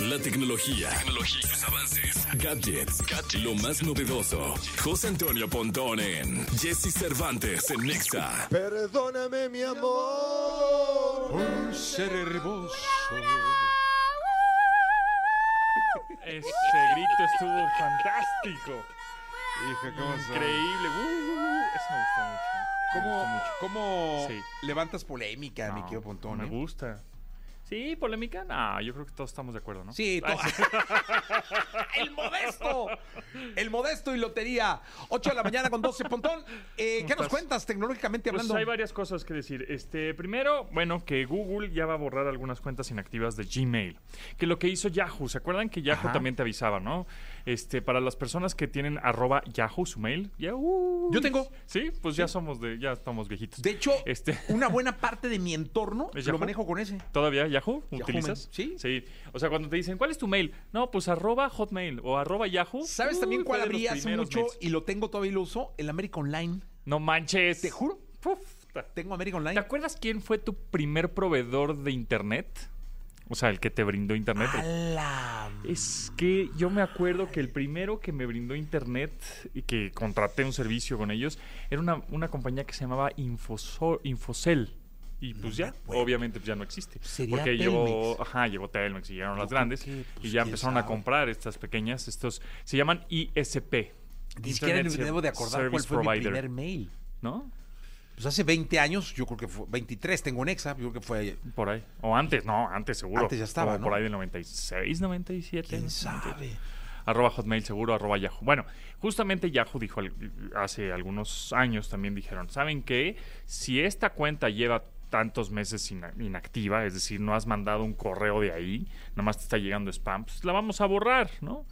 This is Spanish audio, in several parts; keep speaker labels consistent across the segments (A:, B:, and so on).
A: la tecnología, tecnología, sus avances, gadgets, gadgets, lo más novedoso. José Antonio Pontón en Jesse Cervantes en Nexa.
B: Perdóname, mi amor.
C: Un ser hermoso.
D: Ese Este grito estuvo fantástico.
C: Hija, ¿cómo se-
D: Increíble. Uh, uh, uh. Eso me gustó mucho. Me
C: ¿Cómo,
D: gustó mucho.
C: cómo
D: Sí.
C: levantas polémica, mi
D: No,
C: querido Pontón?
D: Me
C: eh?
D: gusta. Sí, polémica. No, yo creo que todos estamos de acuerdo, ¿no?
C: Sí, to-
D: Ah,
C: el modesto. El modesto y lotería. 8 de la mañana con 12 Pontón. Eh, ¿Qué nos
D: estás?
C: cuentas tecnológicamente
D: Pues
C: hablando?
D: hay varias cosas que decir. Este, primero, bueno, que Google ya va a borrar algunas cuentas inactivas de Gmail. Que lo que hizo Yahoo, ¿se acuerdan que Yahoo
C: Ajá.
D: también te avisaba, no? Este, para las personas que tienen arroba Yahoo, su mail. Yahoo.
C: Yo tengo.
D: Sí, pues ya somos de, ya estamos viejitos.
C: De hecho,
D: este.
C: una buena parte de mi entorno
D: ¿Es
C: lo
D: Yahoo?
C: manejo con ese.
D: ¿Todavía Yahoo utilizas?
C: Mail, sí.
D: Sí. O sea, cuando te dicen, ¿cuál es tu mail? No, pues arroba hotmail o arroba Yahoo.
C: ¿Sabes
D: Uy,
C: también
D: fue
C: cuál
D: de los
C: abrí hace
D: primeros
C: mucho
D: mails.
C: y lo tengo todavía y lo uso? El América Online.
D: No manches.
C: Te juro,
D: Puf, ta-
C: tengo América
D: ¿Te
C: Online.
D: acuerdas quién fue tu primer proveedor de internet? O sea, el que te brindó internet.
C: A la-
D: Es que yo me acuerdo que el primero que me brindó internet y que contraté un servicio con ellos era una, una compañía que se llamaba Infoso- Infocel. Y pues ya, obviamente pues ya no existe.
C: Sería
D: porque llegó,
C: Telmex.
D: ajá, llegó Telmex y llegaron las
C: creo
D: grandes
C: que,
D: y
C: pues,
D: ya
C: quién
D: empezaron a
C: sabe.
D: comprar estas pequeñas, estos se llaman ISP.
C: Ni siquiera
D: Internet
C: me debo de acordar cuál
D: Service
C: fue mi
D: Provider,
C: primer mail.
D: ¿no?
C: Pues hace 20 años, yo creo que fue 23, tengo Nexa, yo creo que fue
D: Por ahí. O antes, no, antes seguro.
C: Antes ya estaba,
D: Como
C: ¿no?
D: Por ahí del 96, 97.
C: quién
D: ¿no?
C: sabe.
D: Arroba Hotmail seguro, arroba Yahoo. Bueno, justamente Yahoo dijo al- hace algunos años también dijeron, ¿saben qué? Si esta cuenta lleva tantos meses ina- inactiva, es decir, no has mandado un correo de ahí, nada más te está llegando spam, pues la vamos a borrar, ¿no?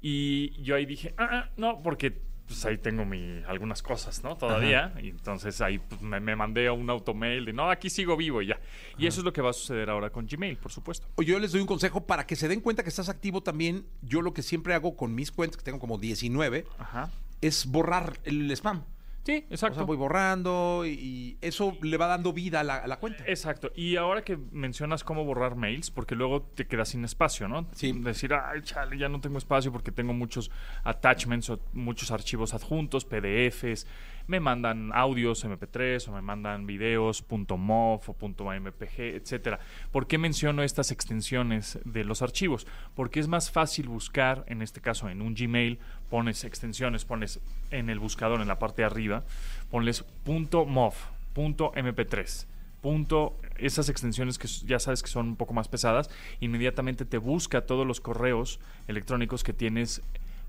D: Y yo ahí dije, ah, ah, no, porque pues ahí tengo mi, algunas cosas, ¿no? Todavía. Y entonces ahí pues, me, me mandé a un automail de, no, aquí sigo vivo y ya. Y eso es lo que va a suceder ahora con Gmail, por supuesto.
C: O Yo les doy un consejo para que se den cuenta que estás activo también. Yo lo que siempre hago con mis cuentas, que tengo como 19,
D: Ajá.
C: es borrar el spam.
D: Sí,
C: O sea,
D: exacto.
C: voy borrando y- y eso le va dando vida a la, a la cuenta.
D: Exacto. Y ahora que mencionas cómo borrar mails, porque luego te quedas sin espacio, ¿no?
C: Sí.
D: Decir, ay, chale, ya no tengo espacio porque tengo muchos attachments o muchos archivos adjuntos, PDFs, me mandan audios MP3 o me mandan videos .mov o .mpg, etcétera. ¿Por qué menciono estas extensiones de los archivos? Porque es más fácil buscar, en este caso en un Gmail, pones extensiones, pones en el buscador en la parte de arriba, ponles .mov, .mp3 punto, esas extensiones que s- ya sabes que son un poco más pesadas, inmediatamente te busca todos los correos electrónicos que tienes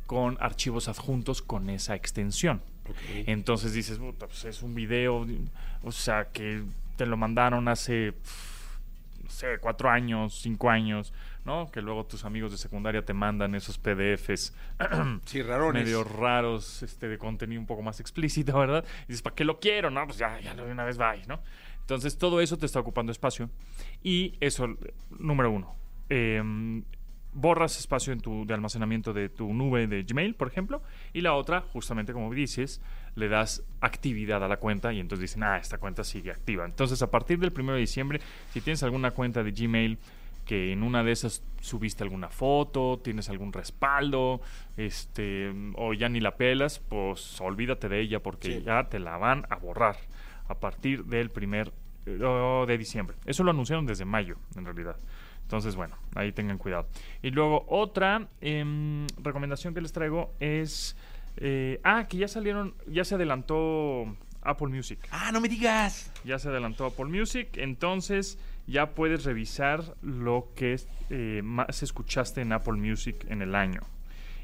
D: con archivos adjuntos con esa extensión. Entonces dices, "Puta, pues es un video, o sea, que te lo mandaron hace, pf, no sé, cuatro años, cinco años, ¿no? Que luego tus amigos de secundaria te mandan esos PDFs
C: Sí, rarones.
D: medio raros, este, de contenido un poco más explícito, ¿verdad? Y dices, ¿para qué lo quiero? No, pues ya, ya lo de una vez, bye, ¿no? Entonces, todo eso te está ocupando espacio. Y eso, eh, número uno. eh, borras espacio en tu, de almacenamiento de tu nube de Gmail, por ejemplo. Y la otra, justamente como dices, le das actividad a la cuenta y entonces dicen, ah, esta cuenta sigue activa. Entonces, a partir del 1 de diciembre, si tienes alguna cuenta de Gmail que en una de esas subiste alguna foto, tienes algún respaldo, este, o ya ni la pelas, pues olvídate de ella porque ya te la van a borrar a partir del primer eh, oh, de diciembre. Eso lo anunciaron desde mayo, en realidad. Entonces, bueno, ahí tengan cuidado. Y luego otra em, recomendación que les traigo es, eh, ah, que ya salieron, ya se adelantó Apple Music
C: Ah, no me digas.
D: ya se adelantó Apple Music, entonces ya puedes revisar lo que eh, más escuchaste en Apple Music en el año.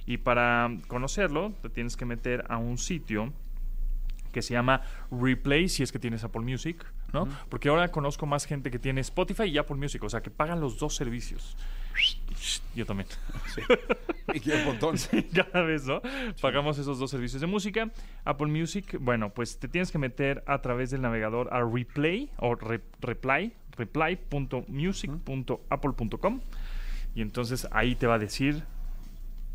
D: Y para conocerlo, te tienes que meter a un sitio que se llama Replay, si es que tienes Apple Music, ¿no? Porque ahora conozco más gente que tiene Spotify y Apple Music, o sea, que pagan los dos servicios. Yo también.
C: Me quiero un montón.
D: Cada vez, ¿no? Pagamos esos dos servicios de música. Apple Music, bueno, pues te tienes que meter a través del navegador a replay o re- reply, reply.music.apple.com y entonces ahí te va a decir...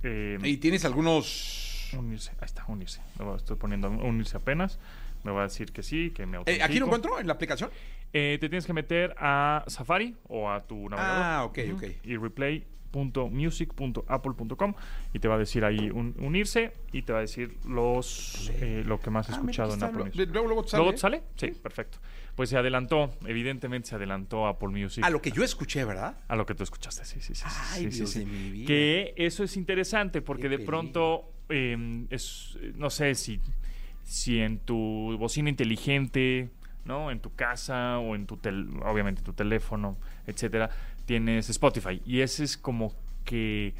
D: em, eh,
C: ¿Y tienes algunos
D: unirse, ahí está, unirse. Lo estoy poniendo unirse apenas. Me va a decir que sí, que me
C: Eh,
D: autentico.
C: ¿Aquí lo encuentro? ¿En la aplicación?
D: Eh, te tienes que meter a Safari o a tu navegador.
C: Ah, ok, ok.
D: Y replay.music.apple.com y te va a decir ahí un- unirse y te va a decir los eh, lo que más he
C: Ah, mira,
D: escuchado
C: aquí
D: en
C: está.
D: Apple
C: Lo-
D: Music.
C: de- luego, luego te
D: ¿Luego
C: sale,
D: te sale? Sí, perfecto. Pues se adelantó, evidentemente se adelantó Apple Music.
C: A lo que yo escuché, ¿verdad?
D: A lo que tú escuchaste, sí, sí, sí. sí,
C: Ay,
D: sí, sí,
C: Dios
D: sí.
C: de mi vida.
D: Que eso es interesante porque
C: Qué
D: de pronto, eh, es, eh, no sé si, si en tu bocina inteligente, ¿no? En tu casa o en tu, tel- obviamente, tu teléfono, etcétera, tienes Spotify. Y ese es como que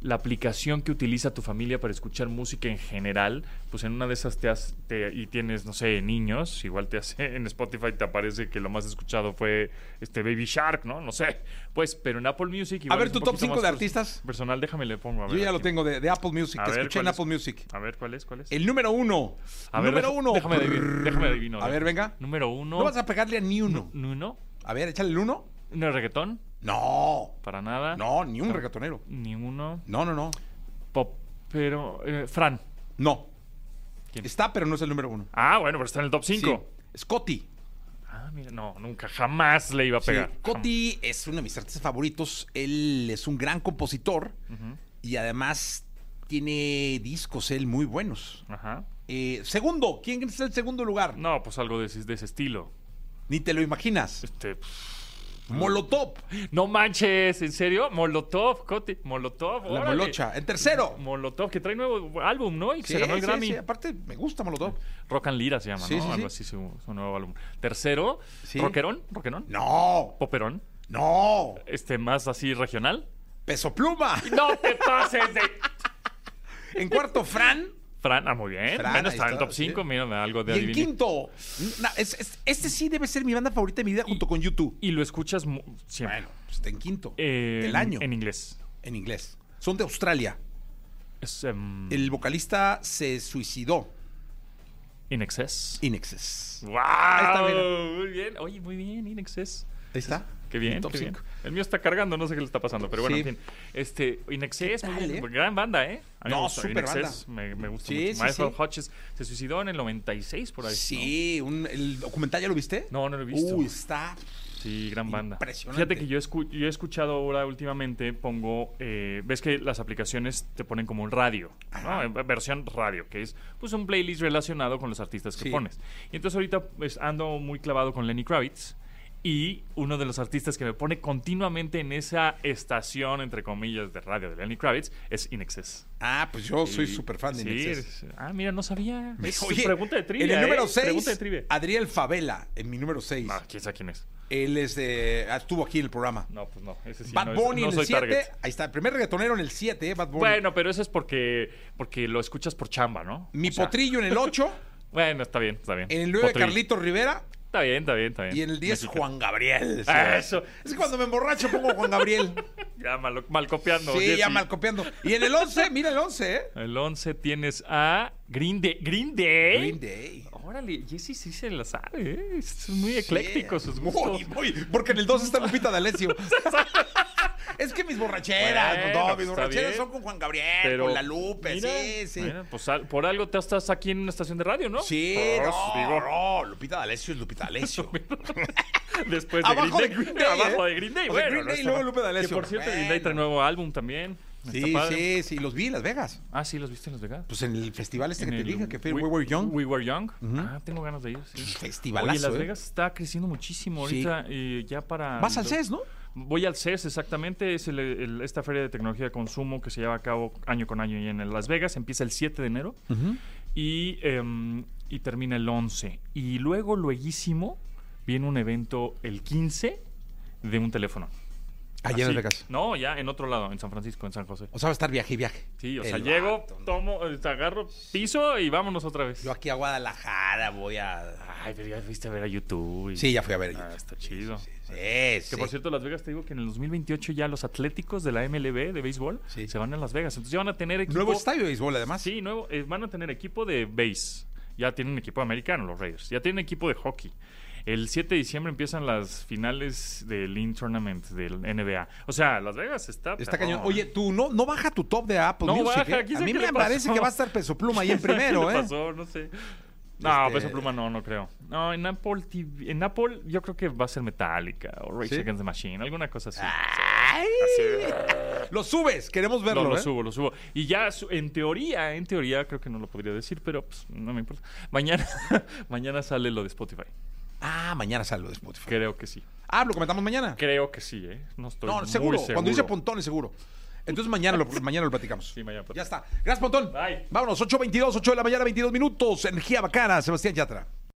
D: la aplicación que utiliza tu familia para escuchar música en general, pues en una de esas te, has- te- y tienes, no sé, niños, igual te hace en Spotify te aparece que lo más escuchado fue este Baby Shark, ¿no? No sé. Pues, pero en Apple Music igual
C: ver,
D: es
C: tu
D: un
C: top
D: poquito
C: cinco
D: más
C: de
D: pers-
C: artistas.
D: Personal, déjame le pongo a ver.
C: Yo ya lo
D: aquí.
C: tengo de, de Apple Music.
D: A
C: Te
D: ver,
C: escuché en
D: ¿cuál es?
C: Apple Music.
D: A ver cuál es, cuál es.
C: El número uno.
D: a ver,
C: número
D: deja-
C: uno.
D: Déjame adivinar. déjame adivinar. eh.
C: A ver, venga.
D: Número uno.
C: No vas a pegarle a ni uno.
D: ¿Nuno?
C: A ver, échale el uno.
D: ¿No es reggaetón?
C: No.
D: Para nada.
C: No, ni
D: Ah.
C: un reggaetonero.
D: Ni uno.
C: No, no, no.
D: Pop. Pero. eh, Fran.
C: No.
D: ¿Quién?
C: Está, pero no es el número uno.
D: Ah, bueno, pero está en el top 5.
C: Sí. Scotty.
D: Ah, mira, no, nunca, jamás le iba a
C: Sí.
D: pegar.
C: Scotty es uno de mis artistas favoritos. Él es un gran compositor y además tiene discos él muy buenos.
D: Ajá.
C: Eh, segundo, ¿quién es el segundo lugar?
D: No, pues algo de, ese- de ese estilo.
C: Ni te lo imaginas.
D: Este, pff,
C: Molotov,
D: no manches, ¿en serio? Molotov, Cote, Molotov.
C: la
D: órale.
C: molocha. En tercero.
D: Molotov, que trae nuevo álbum, ¿no? Y que se ganó el
C: sí,
D: Grammy.
C: sí, Aparte, me gusta Molotov.
D: Rock and Lira se llama,
C: Sí,
D: ¿no?
C: sí, sí.
D: Algo así, su, su nuevo álbum. Tercero,
C: Sí.
D: Rockerón, Rockerón,
C: No,
D: Poperón,
C: no.
D: este, más así regional.
C: Peso pluma.
D: ¡No te pases de...!
C: En cuarto, Fran.
D: Fran, ah, muy bien.
C: Fran,
D: bueno,
C: ahí
D: está en el
C: está,
D: top
C: sí.
D: 5, mira, algo de
C: Y en
D: adivin-
C: quinto. na- es- es- este sí debe ser mi banda favorita de mi vida junto con YouTube.
D: Y lo escuchas mu- siempre.
C: Bueno, pues, está en quinto.
D: Eh,
C: el año.
D: En inglés.
C: en inglés. Son de Australia.
D: Es, em,
C: El vocalista se suicidó.
D: In Excess.
C: Inexes.
D: ¡Wow!
C: está, mira.
D: Muy bien. Oye, muy bien, In Excess.
C: Ahí está.
D: Qué bien,
C: Top
D: qué bien.
C: cinco.
D: El mío está cargando, no sé qué le está pasando, pero bueno,
C: Sí.
D: en fin. Este, In Excess, muy
C: tal,
D: bien,
C: eh?
D: gran banda, ¿eh? A mí me
C: No,
D: gusta, In
C: súper banda.
D: Excess, Me, me gusta
C: Sí,
D: mucho.
C: sí,
D: Maestro
C: sí.
D: Hodges se suicidó en el 96, por ahí.
C: Sí, un- el documental ya lo viste.
D: No, no lo he visto.
C: Uy, está.
D: ¿no? Sí, gran banda.
C: Impresionante.
D: Fíjate que yo, escu- yo he escuchado ahora últimamente, pongo, eh, ves que las aplicaciones te ponen como un radio, ¿no? En Versión radio, que es pues un playlist relacionado con los artistas que
C: Sí.
D: pones. Y entonces ahorita pues, ando muy clavado con Lenny Kravitz. Y uno de los artistas que me pone continuamente en esa estación, entre comillas, de radio de Lenny Kravitz es Inexcess.
C: Ah, pues yo soy súper fan de
D: sí,
C: Inexes.
D: eres- Ah, mira, no sabía. Es su
C: Oye,
D: pregunta de trivia.
C: En el número ah,
D: ¿eh? Pregunta de
C: 6,
D: trivia.
C: Adriel Favela, en mi número 6.
D: Ah, quién sabe quién es.
C: Él es de- ah, estuvo aquí en el programa.
D: No, pues no. Ese sí no
C: Bad
D: es-
C: Bunny
D: no
C: en
D: soy
C: el 7.
D: target.
C: Ahí está, el primer reggaetonero en el 7, eh, Bad Bunny.
D: Bueno, pero eso es porque, porque lo escuchas por chamba, ¿no?
C: mi
D: O sea,
C: potrillo en el 8.
D: Bueno, está bien, está bien.
C: En el 9,
D: Potrillo.
C: Carlitos Rivera.
D: Está bien, está bien, está bien.
C: Y en el 10,
D: Mexicano.
C: Juan Gabriel.
D: Ah, eso.
C: Es que cuando me emborracho pongo Juan Gabriel.
D: Ya mal, mal copiando.
C: sí, ya
D: Jesse.
C: mal copiando. Y en el 11, mira el 11, ¿eh?
D: El 11 tienes a Green Day. Green Day.
C: Green Day.
D: Órale, Jesse sí se la sabe, ¿eh? Es muy ecléctico
C: Sí,
D: sus
C: muy,
D: gustos.
C: muy, porque en el 2 está Lupita D'Alessio. es que mis borracheras,
D: Bueno,
C: no,
D: pues
C: mis
D: está
C: borracheras
D: bien.
C: son con Juan Gabriel,
D: Pero
C: con la Lupe,
D: mira,
C: sí, sí.
D: mira, pues al- por algo te estás aquí en una estación de radio, ¿no?
C: Sí,
D: Pues,
C: no,
D: digo,
C: no, Lupita D'Alessio es Lupita D'Alessio.
D: Después
C: Abajo
D: de
C: de
D: Green
C: Green
D: Day.
C: Day,
D: Abajo
C: ¿eh?
D: de Green Day.
C: O sea,
D: Bueno,
C: Green
D: no
C: Day y
D: está
C: luego
D: mal.
C: Lupe D'Alessio.
D: Que por cierto, Green Day trae
C: Bueno.
D: nuevo álbum también.
C: sí,
D: Está padre.
C: sí, sí, los vi en Las Vegas.
D: Ah, sí, los viste en Las Vegas.
C: Pues en el festival este que
D: En
C: te
D: el
C: dije, que fue
D: We,
C: We Were Young.
D: We Were Young. Ah, tengo ganas de ir. Sí.
C: Festivalazo,
D: Oye, Las
C: ¿eh?
D: Vegas está creciendo muchísimo
C: Sí.
D: ahorita eh, ya para...
C: Vas al E
D: el-
C: CES, ¿no?
D: Voy al CES, exactamente. Es el- el- esta feria de tecnología de consumo que se lleva a cabo año con año y en Las Vegas. Empieza el 7 de enero y, em, y termina el 11. Y luego, lueguísimo, viene un evento el 15 de un teléfono.
C: Allá en Las
D: Así.
C: Vegas.
D: No, ya en otro lado, en San Francisco, en San José.
C: O sea, va a estar viaje y viaje.
D: Sí, o sea,
C: El
D: llego,
C: vato, ¿no?
D: tomo, eh, agarro piso y vámonos otra vez.
C: Yo aquí a Guadalajara voy a.
D: Ay, pero ya fuiste a ver a YouTube. y-
C: Sí, ya fui a ver.
D: Ah,
C: ellos.
D: está chido.
C: Sí,
D: Que
C: sí.
D: por cierto, Las Vegas te digo que en el 2028 ya los atléticos de la MLB de béisbol
C: Sí.
D: se van a Las Vegas. Entonces ya van a tener equipo.
C: Nuevo estadio de béisbol, además.
D: Sí, nuevo, eh, van a tener equipo de base. Ya tienen equipo americano los Raiders. Ya tienen equipo de hockey. El 7 de diciembre empiezan las finales del In Tournament del NBA. O sea, Las Vegas está.
C: Está
D: perrón.
C: cañón. Oye, tú no, no baja tu top de Apple
D: No
C: Music.
D: baja,
C: ¿eh?
D: quién
C: A
D: sabe
C: mí
D: qué
C: me
D: le
C: parece
D: pasó.
C: que va a estar peso pluma ahí en
D: ¿Qué
C: primero,
D: le
C: ¿eh?
D: pasó? No sé. No,
B: Este-
D: Peso Pluma no, no creo. No, en Apple TV- en Apple yo creo que va a ser Metallica o Rage
C: ¿Sí? Ah,
D: Against the Machine, alguna cosa así.
C: ¡Ay! Lo subes, queremos verlo.
D: No, lo
C: ¿eh?
D: subo, lo subo. Y ya, su- en teoría, en teoría, creo que no lo podría decir, pero pues, no me importa. Mañana, mañana sale lo de Spotify.
C: Ah, mañana salgo de Spotify.
D: Creo que sí.
C: Ah, lo comentamos mañana.
D: Creo que sí, ¿eh? No estoy
C: No,
D: muy
C: seguro.
D: seguro.
C: Cuando dice Pontón, seguro. Entonces mañana lo, mañana lo platicamos.
D: Sí, mañana platicamos.
C: Ya está. Gracias, Pontón.
D: Bye.
C: Vámonos, 8.22, 8 de la mañana, 22 minutos. Energía bacana, Sebastián Yatra.